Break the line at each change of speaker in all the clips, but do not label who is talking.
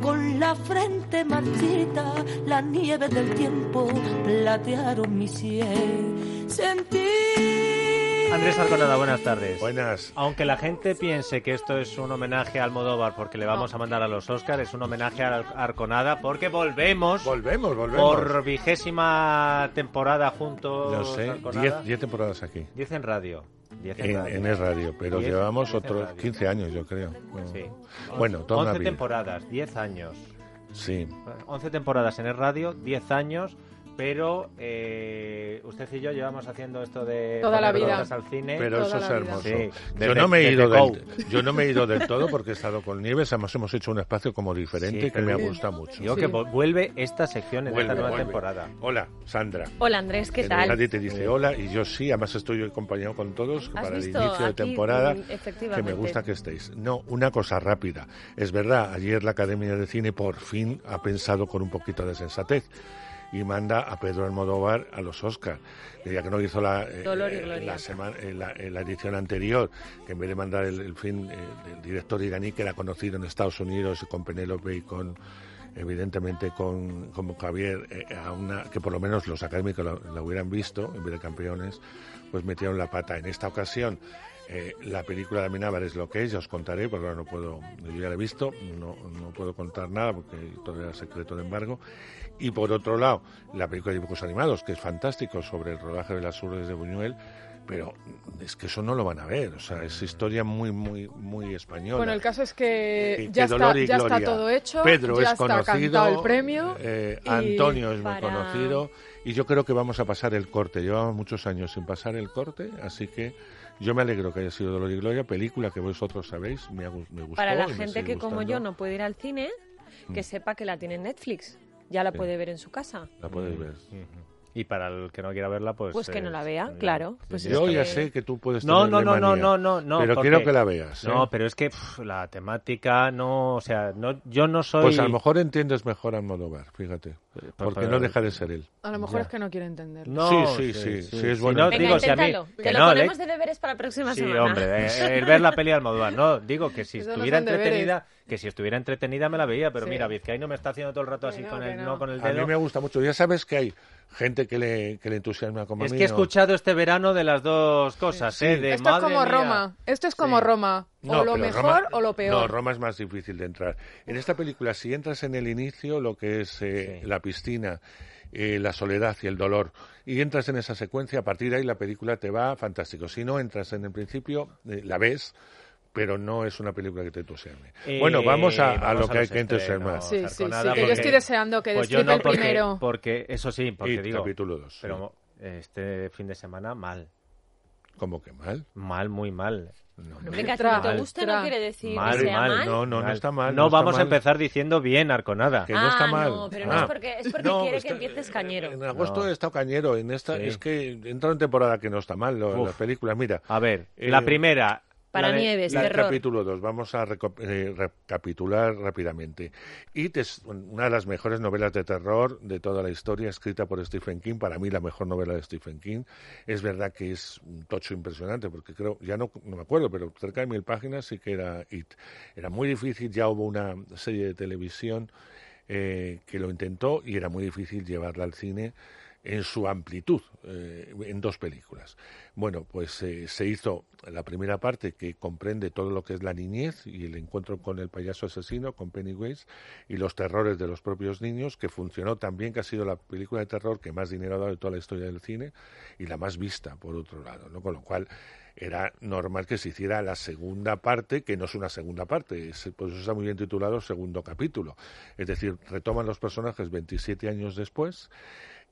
Con la frente marchita, la nieve del tiempo platearon mi cielo. Sentí.
Andrés Arconada, buenas tardes.
Buenas.
Aunque la gente piense que esto es un homenaje a Almodóvar porque le vamos a mandar a los Oscars, es un homenaje a Ar- Arconada porque volvemos
Volvemos, volvemos.
por vigésima temporada juntos.
Yo sé,
Arconada.
10 10 temporadas aquí.
Diez en radio. Diez en
En,
radio.
en Es Radio, pero
Diez-
llevamos
diez en
otros
radio.
15 años, yo creo. No.
Sí.
Bueno, toda una
Once
vida.
temporadas, diez años.
Sí.
Once temporadas en Es Radio, diez años. Pero eh, usted y yo llevamos haciendo esto de
Toda la
poner
vida.
notas al cine.
Pero
Toda
eso
la
es
vida.
hermoso.
Sí.
Yo,
Desde-
no me he
desde
ido
Cow.
del, yo no me he ido del todo porque he estado con Nieves, además hemos hecho un espacio como diferente
Sí,
y que me
pero-
gusta mucho.
Digo
Sí.
que vol- vuelve esta sección en
Vuelve,
esta nueva
vuelve.
temporada.
Hola, Sandra.
Hola Andrés, ¿qué
Que
tal?
Nadie te dice hola y yo sí, además estoy hoy acompañado con todos
¿Has
para el
visto?
inicio de
Aquí,
temporada.
mm,
Que
efectivamente.
me gusta que estéis. No, una cosa rápida. Es verdad, ayer la Academia de Cine por fin ha pensado con un poquito de sensatez y manda a Pedro Almodóvar a los Oscars. Ya que no hizo la, eh,
Dolor y
eh,
gloria.
la, semana, eh, la, eh, la edición anterior, que en vez de mandar el, el film eh, del director iraní, que era conocido en Estados Unidos con Penélope y con evidentemente con, con Javier, eh, a una, que por lo menos los académicos la, la hubieran visto, en vez de campeones, pues metieron la pata. En esta ocasión, eh, la película de Amenábar es lo que es, ya os contaré, porque ahora no puedo, yo ya la he visto, no, no puedo contar nada porque todo era secreto de embargo. Y por otro lado, la película de dibujos animados, que es fantástico, sobre el rodaje de las urdes de Buñuel, pero es que eso no lo van a ver, o sea, es historia muy, muy, muy española.
Bueno, el caso es
Y
que
que
ya, está,
Dolor y
ya está
Gloria.
todo hecho,
Pedro
ya
es
está
conocido,
cantado el premio.
eh,
y-
Antonio es muy
Para-
conocido y yo creo que vamos a pasar el corte. Llevamos muchos años sin pasar el corte, así que yo me alegro que haya sido Dolor y Gloria, película que vosotros sabéis, me, ha gu- me gustó.
Para
y
la
me
gente
sigue
que como
gustando. Mm.
yo no puede ir al cine, que sepa que la tiene en Netflix. Ya la puede ver en su casa.
La podéis ver.
Y para el que no quiera verla, pues...
Pues que no la vea,
sí.
claro. Pues
yo
es
ya
que-
sé que tú puedes
No, no,
tenerle
no, no,
manía,
no, no, no.
Pero
porque-
quiero que la veas. ¿eh?
No, pero es que pff, la temática no... O sea, no, yo no soy...
Pues a lo mejor entiendes mejor a Almodóvar, fíjate, porque
Pues para-
no deja de ser él.
A lo mejor
Ya.
es que no quiere entenderlo.
No,
Sí, sí, sí, sí, es bueno.
no,
Venga,
digo, si a mí-
inténtalo.
que
Te
no,
lo
le-
ponemos de deberes para la próxima
Sí,
semana.
hombre, eh, el ver la peli de Almodóvar, no, digo que si
Esos no
estuviera
son deberes.
entretenida, que si estuviera entretenida me la veía, pero
Sí.
mira, Vizcaíno me está haciendo todo el rato
Que
así
no,
con
que
el no.
no.
con el
A mí
dedo.
me gusta mucho. Ya sabes que hay gente que le, que le entusiasma como
Es
a mí.
que he
no.
escuchado este verano de las dos cosas, ¿eh? De
Esto es
madre
como
mía.
Roma. Esto es como
Sí.
Roma. O
No,
lo
pero
mejor
Roma-
o lo
No,
peor.
Roma es más difícil de entrar. En esta película, si entras en el inicio, lo que es eh,
Sí.
la piscina, eh, la soledad y el dolor, y entras en esa secuencia, a partir de ahí la película te va fantástico. Si no entras en el principio, eh, la ves, pero no es una película que te entusiasme.
Eh,
bueno, vamos a, a
vamos
lo
a
que hay
los
que entusiasmar.
estrenos.
sí,
Vamos a
sí, sí.
hacer con nada
que yo
porque-
estoy deseando que
Pues yo
destripe
no,
el
porque,
primero.
porque eso sí, porque
Y
digo,
capítulo 2.
pero mo- este fin de semana mal,
¿Cómo que mal?
mal, muy mal.
No,
Hombre, que a ti
Tra,
no te guste
tra.
no quiere decir
Mal,
que sea
mal,
mal.
no, no, no
Mal.
está mal.
No,
está
vamos a
mal.
empezar diciendo bien, Arconada.
que no está
Ah,
mal.
no, pero no
Ah.
es porque, es porque
No, eh,
quiere
está-
que empieces cañero.
En agosto
No.
he estado cañero. En esta,
Sí.
Es que entró en temporada que no está mal lo-
Uf.
las películas. Mira,
A ver,
Eh,
la primera.
Para
la de-
Nieves,
el
terror.
capítulo 2. Vamos a reco- eh, recapitular rápidamente. It es una de las mejores novelas de terror de toda la historia, escrita por Stephen King. Para mí, la mejor novela de Stephen King. Es verdad que es un tocho impresionante, porque creo, ya no, no me acuerdo, pero cerca de mil páginas sí que era It. Era muy difícil, ya hubo una serie de televisión eh, que lo intentó y era muy difícil llevarla al cine en su amplitud, eh, en dos películas. Bueno, pues eh, se hizo la primera parte que comprende todo lo que es la niñez y el encuentro con el payaso asesino, con Pennywise, y los terrores de los propios niños, que funcionó también, que ha sido la película de terror que más dinero ha dado de toda la historia del cine y la más vista, por otro lado, ¿no? Con lo cual era normal que se hiciera la segunda parte, que no es una segunda parte, es, por eso está muy bien titulado segundo capítulo. Es decir, retoman los personajes 27 años después,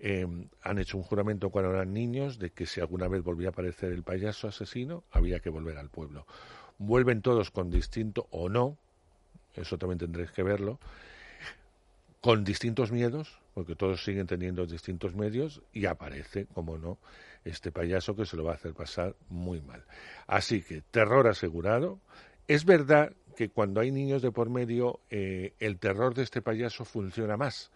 eh, han hecho un juramento cuando eran niños de que si alguna vez volvía a aparecer el payaso asesino, había que volver al pueblo. Vuelven todos con distinto o no, eso también tendréis que verlo, con distintos miedos, porque todos siguen teniendo distintos medios, y aparece, como no, este payaso que se lo va a hacer pasar muy mal. Así que, terror asegurado. Es verdad que cuando hay niños de por medio, eh, el terror de este payaso funciona más.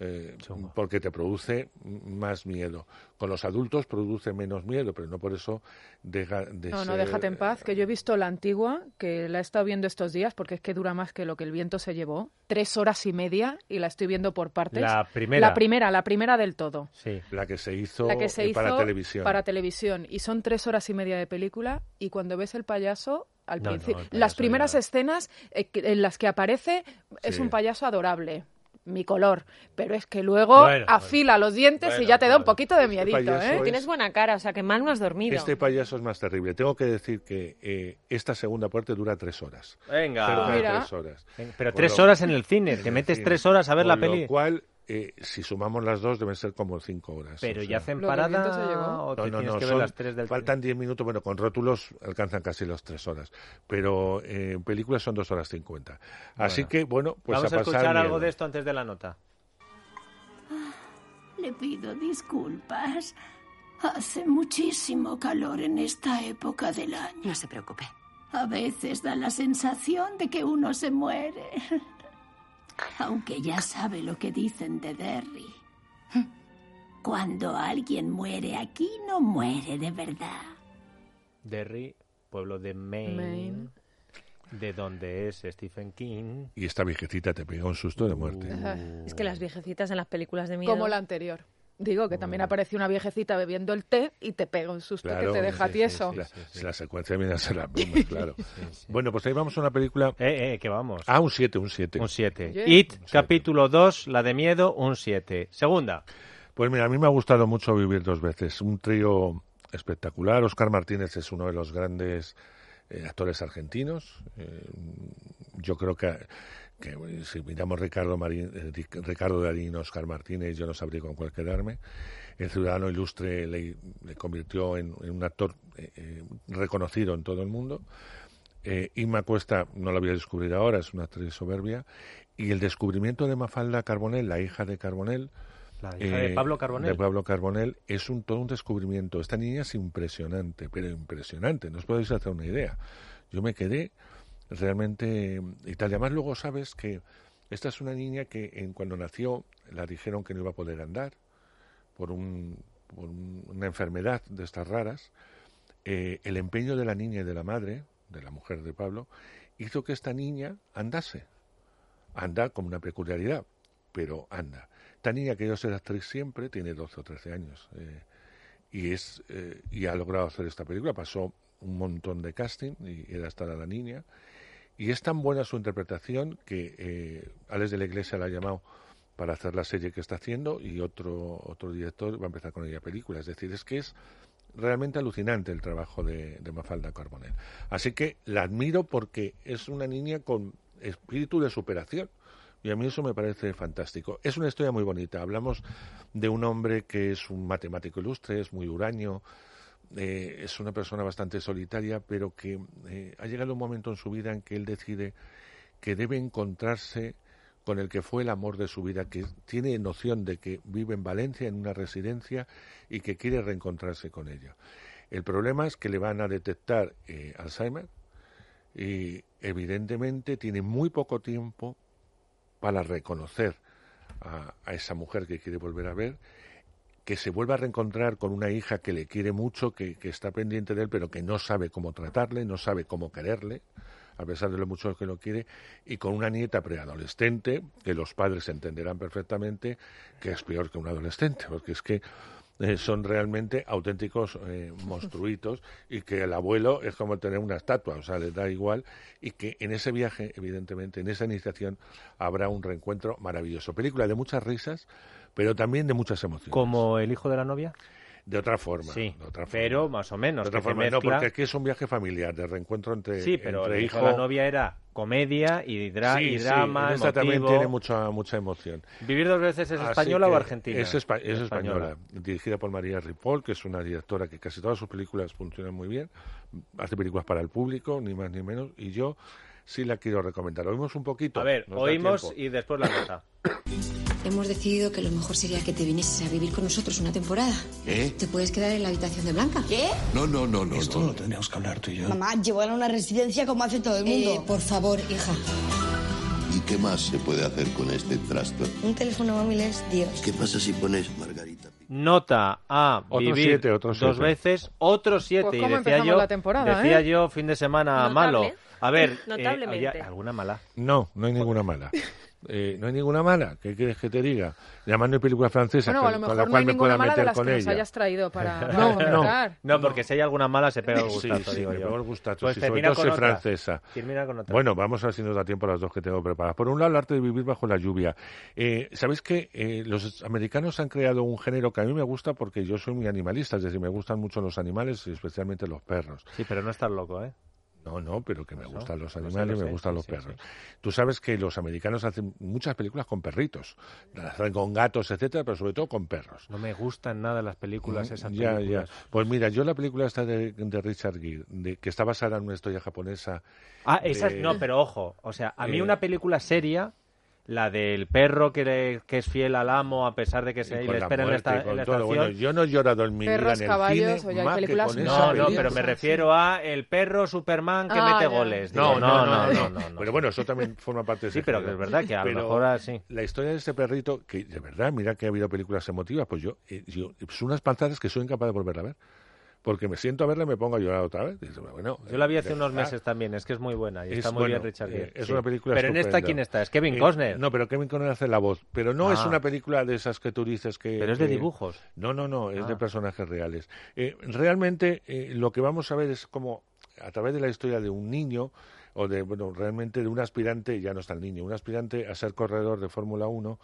eh,
Chungo.
porque te produce más miedo. Con los adultos produce menos miedo, pero no por eso deja de
No, no,
ser-
déjate en paz, que yo he visto la antigua, que la he estado viendo estos días, porque es que dura más que lo que el viento se llevó. Tres horas y media y la estoy viendo por partes.
La primera.
La primera, la primera del todo.
Sí.
La que se hizo,
la que se
eh,
hizo
para televisión.
para televisión. Y son tres horas y media de película y cuando ves el payaso... Al
No, no, el
principio,
payaso
las primeras
ya-
escenas eh, que- en las que aparece es
Sí.
un payaso adorable, mi color, pero es que luego
Bueno,
afila los dientes y
Bueno,
ya te da un
bueno.
poquito de
Este
miedito,
payaso
¿eh?
Pues-
Tienes buena cara, o sea que mal no has dormido.
Este payaso es más terrible. Tengo que decir que eh, esta segunda parte dura tres horas. Cerca de
Venga.
Mira.
tres horas.
Pero
Por
tres
Pues lo-
horas en el cine. Te
en
metes
fin,
tres horas a ver
con
la peli.
Lo cual, eh, si sumamos las dos, deben ser como cinco horas.
Pero
o
ya
sea.
hacen
Lo que el viento se
parada
llevó.
o te
No, no,
tienes
no,
que ver
son-
las tres del
faltan 10 minutos, bueno, con rótulos alcanzan casi las 3 horas, pero eh, en películas son 2 horas 50. Así
Bueno.
que, bueno, pues
Vamos a,
a pasar
escuchar algo
miedo.
de esto antes de la nota.
Le pido disculpas. Hace muchísimo calor en esta época del año.
No se preocupe.
A veces da la sensación de que uno se muere. Aunque ya sabe lo que dicen de Derry.
Hm.
Cuando alguien muere aquí, no muere de verdad.
Derry, pueblo de Maine,
Maine.
de donde es Stephen King.
Y esta viejecita te pega un susto de muerte.
Es que las viejecitas en las películas de miedo.
Como la anterior. Digo que también apareció una viejecita bebiendo el té y te pega un susto
Claro,
que te deja
sí, sí,
tieso.
sí, la, si la secuencia viene a ser la misma, claro. Bueno, pues ahí vamos a una película...
Eh, eh, que vamos.
Ah, un 7, un 7.
Un 7.
Yeah.
It, capítulo 2, la de miedo, un 7. Segunda.
Pues mira, a mí me ha gustado mucho vivir dos veces. Un trío espectacular. Oscar Martínez es uno de los grandes eh, actores argentinos. Eh, yo creo que, que, bueno, si miramos Ricardo, Marín, eh, Di- Ricardo Darín, Oscar Martínez, yo no sabría con cuál quedarme. El ciudadano ilustre le, le convirtió en, en un actor eh, eh, reconocido en todo el mundo. Eh, Inma Cuesta, no la voy a descubrir ahora, es una actriz soberbia. Y el descubrimiento de Mafalda Carbonell, la hija de Carbonell,
La hija de
eh,
Pablo Carbonell.
de Pablo Carbonell es un, todo un descubrimiento. Esta niña es impresionante, pero impresionante. No os podéis hacer una idea. Yo me quedé realmente y tal. Y además luego sabes que esta es una niña que en, cuando nació la dijeron que no iba a poder andar por, un- por un- una enfermedad de estas raras. Eh, el empeño de la niña y de la madre, de la mujer de Pablo, hizo que esta niña andase. Anda con una peculiaridad, pero anda. Esta niña que yo ser actriz siempre tiene 12 o 13 años eh, y es eh, y ha logrado hacer esta película. Pasó un montón de casting y era estar a la niña. Y es tan buena su interpretación que eh, Alex de la Iglesia la ha llamado para hacer la serie que está haciendo y otro, otro director va a empezar con ella película. Es decir, es que es realmente alucinante el trabajo de, de Mafalda Carbonell. Así que la admiro porque es una niña con espíritu de superación. Y a mí eso me parece fantástico. Es una historia muy bonita. Hablamos de un hombre que es un matemático ilustre, es muy huraño, eh, es una persona bastante solitaria, pero que eh, ha llegado un momento en su vida en que él decide que debe encontrarse con el que fue el amor de su vida, que tiene noción de que vive en Valencia, en una residencia, y que quiere reencontrarse con ella. El problema es que le van a detectar eh, Alzheimer y evidentemente tiene muy poco tiempo para reconocer a, a esa mujer que quiere volver a ver, que se vuelva a reencontrar con una hija que le quiere mucho, que, que está pendiente de él, pero que no sabe cómo tratarle, no sabe cómo quererle, a pesar de lo mucho que lo quiere, y con una nieta preadolescente, que los padres entenderán perfectamente, que es peor que un adolescente, porque es que eh, son realmente auténticos eh, monstruitos y que el abuelo es como tener una estatua, o sea, les da igual y que en ese viaje, evidentemente, en esa iniciación habrá un reencuentro maravilloso. Película de muchas risas, pero también de muchas emociones.
Como el hijo de la novia.
De otra forma.
Sí,
de otra forma.
pero más o menos.
De otra
que se
forma, no,
mezcla.
porque aquí es un viaje familiar, de reencuentro entre,
Sí, pero
entre
el hijo de la novia era comedia y, dra-
Sí,
y
sí,
drama.
en esta también
emotivo.
tiene mucha, mucha emoción.
¿Vivir dos veces es
Así
española o
que
argentina?
Es, espa- es española, dirigida por María Ripoll, que es una directora que casi todas sus películas funcionan muy bien. Hace películas para el público, ni más ni menos. Y yo sí la quiero recomendar. Oímos un poquito.
A ver,
nos da
oímos
tiempo.
y después la nota.
Hemos decidido que lo mejor sería que te vinieses a vivir con nosotros una temporada.
¿Eh?
Te puedes quedar en la habitación de Blanca. ¿Qué?
No, no, no, no.
Esto
no.
lo tendríamos que hablar tú y yo.
Mamá, llevan a una residencia como hace todo el mundo.
Eh, por favor, hija.
¿Y qué más se puede hacer con este trasto?
Un teléfono móvil es Dios.
¿Qué pasa si pones Margarita?
Nota a
Otro
vivir
siete, otro
dos
siete.
veces, otro siete.
Pues
y
cómo
decía
empezamos
yo,
la temporada,
decía
¿eh?
yo fin de semana
Notable.
malo. A ver, eh,
Notablemente.
¿había alguna mala.
No, no hay ninguna mala. Eh, no hay ninguna mala. ¿Qué quieres que te diga? Llamando no hay película francesa que-
Bueno, a lo
con la
mejor no hay
cual me
ninguna
pueda
mala de
meter
las que
con
nos
ella.
hayas traído para, para
No, no.
comentar.
No, porque si hay alguna mala se pega el
Sí,
gustazo,
sí,
digo
me
yo.
pego el gustazo,
Pues
sí, sobre
termina
todo
con
sé
otra.
francesa.
Termina con otra.
Bueno, vamos a ver si nos da tiempo a las dos que tengo preparadas. Por un lado, el arte de vivir bajo la lluvia. Eh, ¿Sabéis que los americanos han creado un género que a mí me gusta porque yo soy muy animalista, es decir, me gustan mucho los animales y especialmente los perros.
Sí, pero no estás loco, ¿eh?
No, no, pero que me
Eso,
gustan los
lo sé,
animales,
lo
me
sé,
gustan
sí,
los
sí,
perros. Tú sabes que los americanos hacen muchas películas con perritos, las hacen con gatos, etcétera, pero sobre todo con perros.
No me gustan nada las películas,
Mm,
esas
ya,
películas.
ya. Pues mira, yo la película esta de, de Richard Gere, de- que está basada en una historia japonesa,
Ah, esas,
de-
no, pero ojo, o sea, a mí
Eh.
una película seria, la del perro que, le- que es fiel al amo a pesar de que se
y
y
con
le
la
espera en la,
muerte,
esta-
con
en la
todo.
estación...
Bueno, yo no he llorado en mi vida
Perros,
en el
caballos,
cine
oye, hay
más que
películas
con
muy
esa
No, no,
película.
pero me refiero a el perro Superman que
Ah,
mete
ya.
goles.
No,
Digo,
no, no, no, Pero bueno, eso también forma parte de
Sí,
ese
pero que
género.
es verdad que a
Pero
lo mejor así.
La historia de este perrito, que de verdad, mira que ha habido películas emotivas, pues yo, eh, yo son unas pantallas que soy incapaz de volverla a ver. Porque me siento a verla y me pongo a llorar otra vez. Dices, bueno,
Yo la vi
eh,
hace
ya
unos
está.
meses también, es que es muy buena y está
Es-
muy
bueno,
bien Richard
eh,
Gere.
es
sí.
una película
Pero en esta,
estupenda.
¿quién está? Es Kevin
Eh,
Costner.
No, pero Kevin Costner hace la voz. Pero no es
Ah.
una película de esas que tú dices que...
pero es de
que-
dibujos.
no, no, no, es de
Ah.
personajes reales. Eh, realmente eh, lo que vamos a ver es como a través de la historia de un niño o de, bueno, realmente de un aspirante, ya no está el niño, un aspirante a ser corredor de Fórmula 1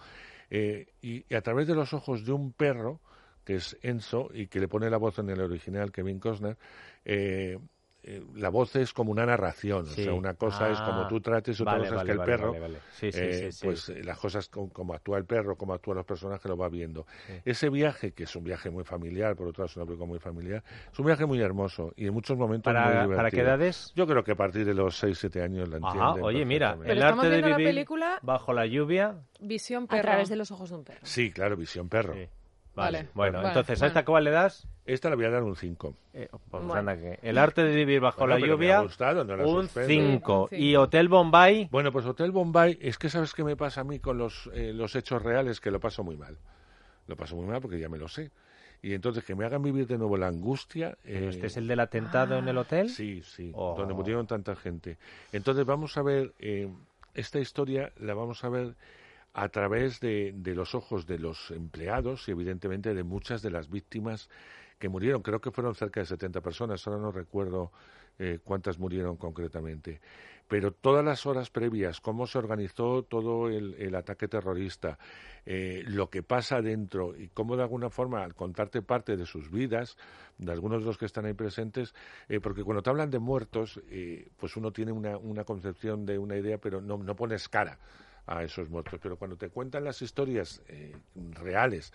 eh, y, y a través de los ojos de un perro que es Enzo y que le pone la voz en el original Kevin Costner, eh, eh, la voz es como una narración,
Sí.
o sea, una cosa es como
Ah.
tú trates, otra
Vale,
cosa es
vale,
que el
vale,
perro,
vale, vale. Sí, sí,
eh,
sí, sí.
pues eh, las cosas con- como actúa el perro, como actúan los personajes, lo va viendo. Ese viaje, que es un viaje muy familiar, por otro lado es una película muy familiar, es un viaje muy hermoso y en muchos momentos muy
¿Para,
divertido.
¿Para qué edades?
Yo creo que a partir de los 6, 7 años la entienden.
Ajá, oye, mira,
perfectamente.
el
Pero estamos
arte de
viendo la
vivir
película-
bajo la lluvia.
Visión
A
perro.
través de los ojos de un perro.
Sí, claro, visión perro.
Sí. Vale.
Vale.
Bueno,
Vale,
entonces, ¿a
bueno.
esta cuál le das?
Esta la voy a dar un 5.
Eh, pues
Bueno.
anda que- El arte de vivir bajo
Bueno,
la
pero me
lluvia,
ha gustado, no la
un
suspendo.
5.
Sí.
Y Hotel Bombay,
Bueno, pues Hotel Bombay, es que sabes qué me pasa a mí con los, eh, los hechos reales, que lo paso muy mal. Lo paso muy mal porque ya me lo sé. Y entonces que me hagan vivir de nuevo la angustia. eh,
este es el del atentado
Ah.
en el hotel.
Sí, sí,
Oh.
donde murieron tanta gente. Entonces vamos a ver, eh, esta historia la vamos a ver a través de, de los ojos de los empleados y evidentemente de muchas de las víctimas que murieron. Creo que fueron cerca de 70 personas, ahora no recuerdo eh, cuántas murieron concretamente. Pero todas las horas previas, cómo se organizó todo el, el ataque terrorista, eh, lo que pasa dentro y cómo de alguna forma al contarte parte de sus vidas, de algunos de los que están ahí presentes, eh, porque cuando te hablan de muertos, eh, pues uno tiene una, una concepción de una idea, pero no, no pones cara a esos muertos. Pero cuando te cuentan las historias eh, reales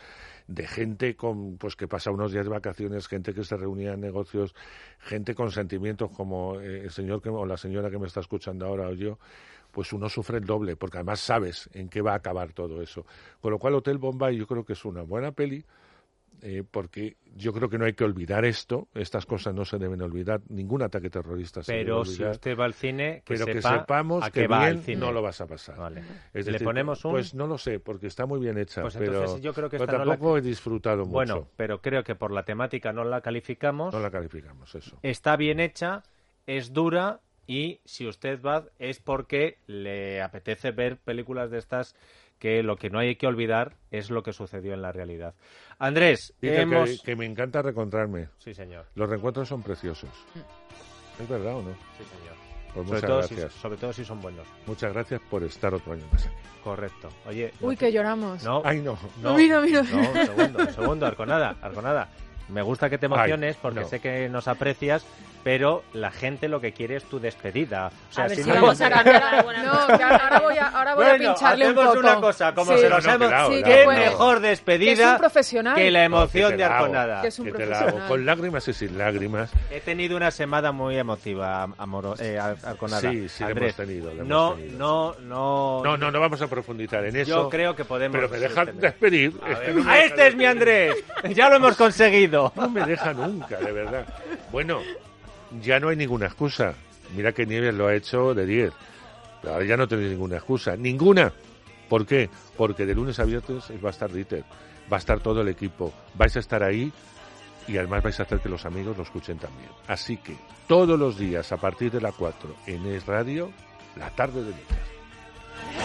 de gente con, pues que pasa unos días de vacaciones, gente que se reunía en negocios, gente con sentimientos como eh, el señor que, o la señora que me está escuchando ahora o yo, pues uno sufre el doble, porque además sabes en qué va a acabar todo eso. Con lo cual, Hotel Bombay yo creo que es una buena peli, eh, porque yo creo que no hay que olvidar esto, estas cosas no se deben olvidar, ningún ataque terrorista se debe
Pero si
olvidar,
usted va al cine, que,
pero que
sepa
sepamos
a
que
qué va al
bien
cine.
no lo vas a pasar.
Vale.
Es
¿Le
decir,
ponemos un...?
Pues no lo sé, porque está muy bien hecha,
Pues
pero,
entonces yo creo que
pero
esta no la-
tampoco he disfrutado
Bueno,
mucho.
pero creo que por la temática no la calificamos.
No la calificamos, eso.
Está bien hecha, es dura y si usted va es porque le apetece ver películas de estas que lo que no hay que olvidar es lo que sucedió en la realidad. Andrés,
Dice
hemos...
que, que me encanta reencontrarme.
Sí, señor.
Los reencuentros son preciosos. ¿Es verdad o no?
Sí, señor.
Pues
Sobre
muchas
todo, si,
gracias.
sobre todo si son buenos.
Muchas gracias por estar otro año más aquí.
Correcto. Oye,
Uy,
no-
que lloramos.
no,
Ay, no.
no,
Mira, mira.
no, un segundo, un segundo, Arconada, Arconada. Me gusta que te emociones
Ay,
porque
no.
sé que nos aprecias, pero la gente lo que quiere es tu despedida. O sea,
A ver
si
si
no-
vamos a cambiar a la buena
No, que ahora voy a, ahora voy a
Bueno,
pincharle un
hacemos
poco.
una cosa, como
Sí.
se nos
No, no,
hemos...
que la hago,
Sí,
la
que
Qué
hago,
puede.
la hago.
mejor
Que es un
despedida
profesional.
que la
No,
emoción
que
de
te la hago,
Arconada.
Que es un
que te la hago,
profesional.
Con lágrimas y sin lágrimas.
He tenido una semana muy emotiva, am- amoro, eh, Ar- Arconada.
Sí, sí, la hemos
Andrés,
tenido, la hemos
no,
tenido.
no, no,
No, no, no vamos a profundizar en eso.
Yo creo que podemos.
Pero me dejan
sostener.
despedir.
A
es que
ver,
no me
¡ah,
dejan
este es mi
despedir.
Andrés. Ya lo hemos conseguido.
No me deja nunca, de verdad. Bueno, ya no hay ninguna excusa. Mira que Nieves lo ha hecho de 10. Pero Ahora ya no tenéis ninguna excusa. ¡Ninguna! ¿Por qué? Porque de lunes a viernes va a estar Dieter, va a estar todo el equipo, vais a estar ahí y además vais a hacer que los amigos lo escuchen también. Así que todos los días a partir de la 4 en Es Radio, la tarde de Dieter.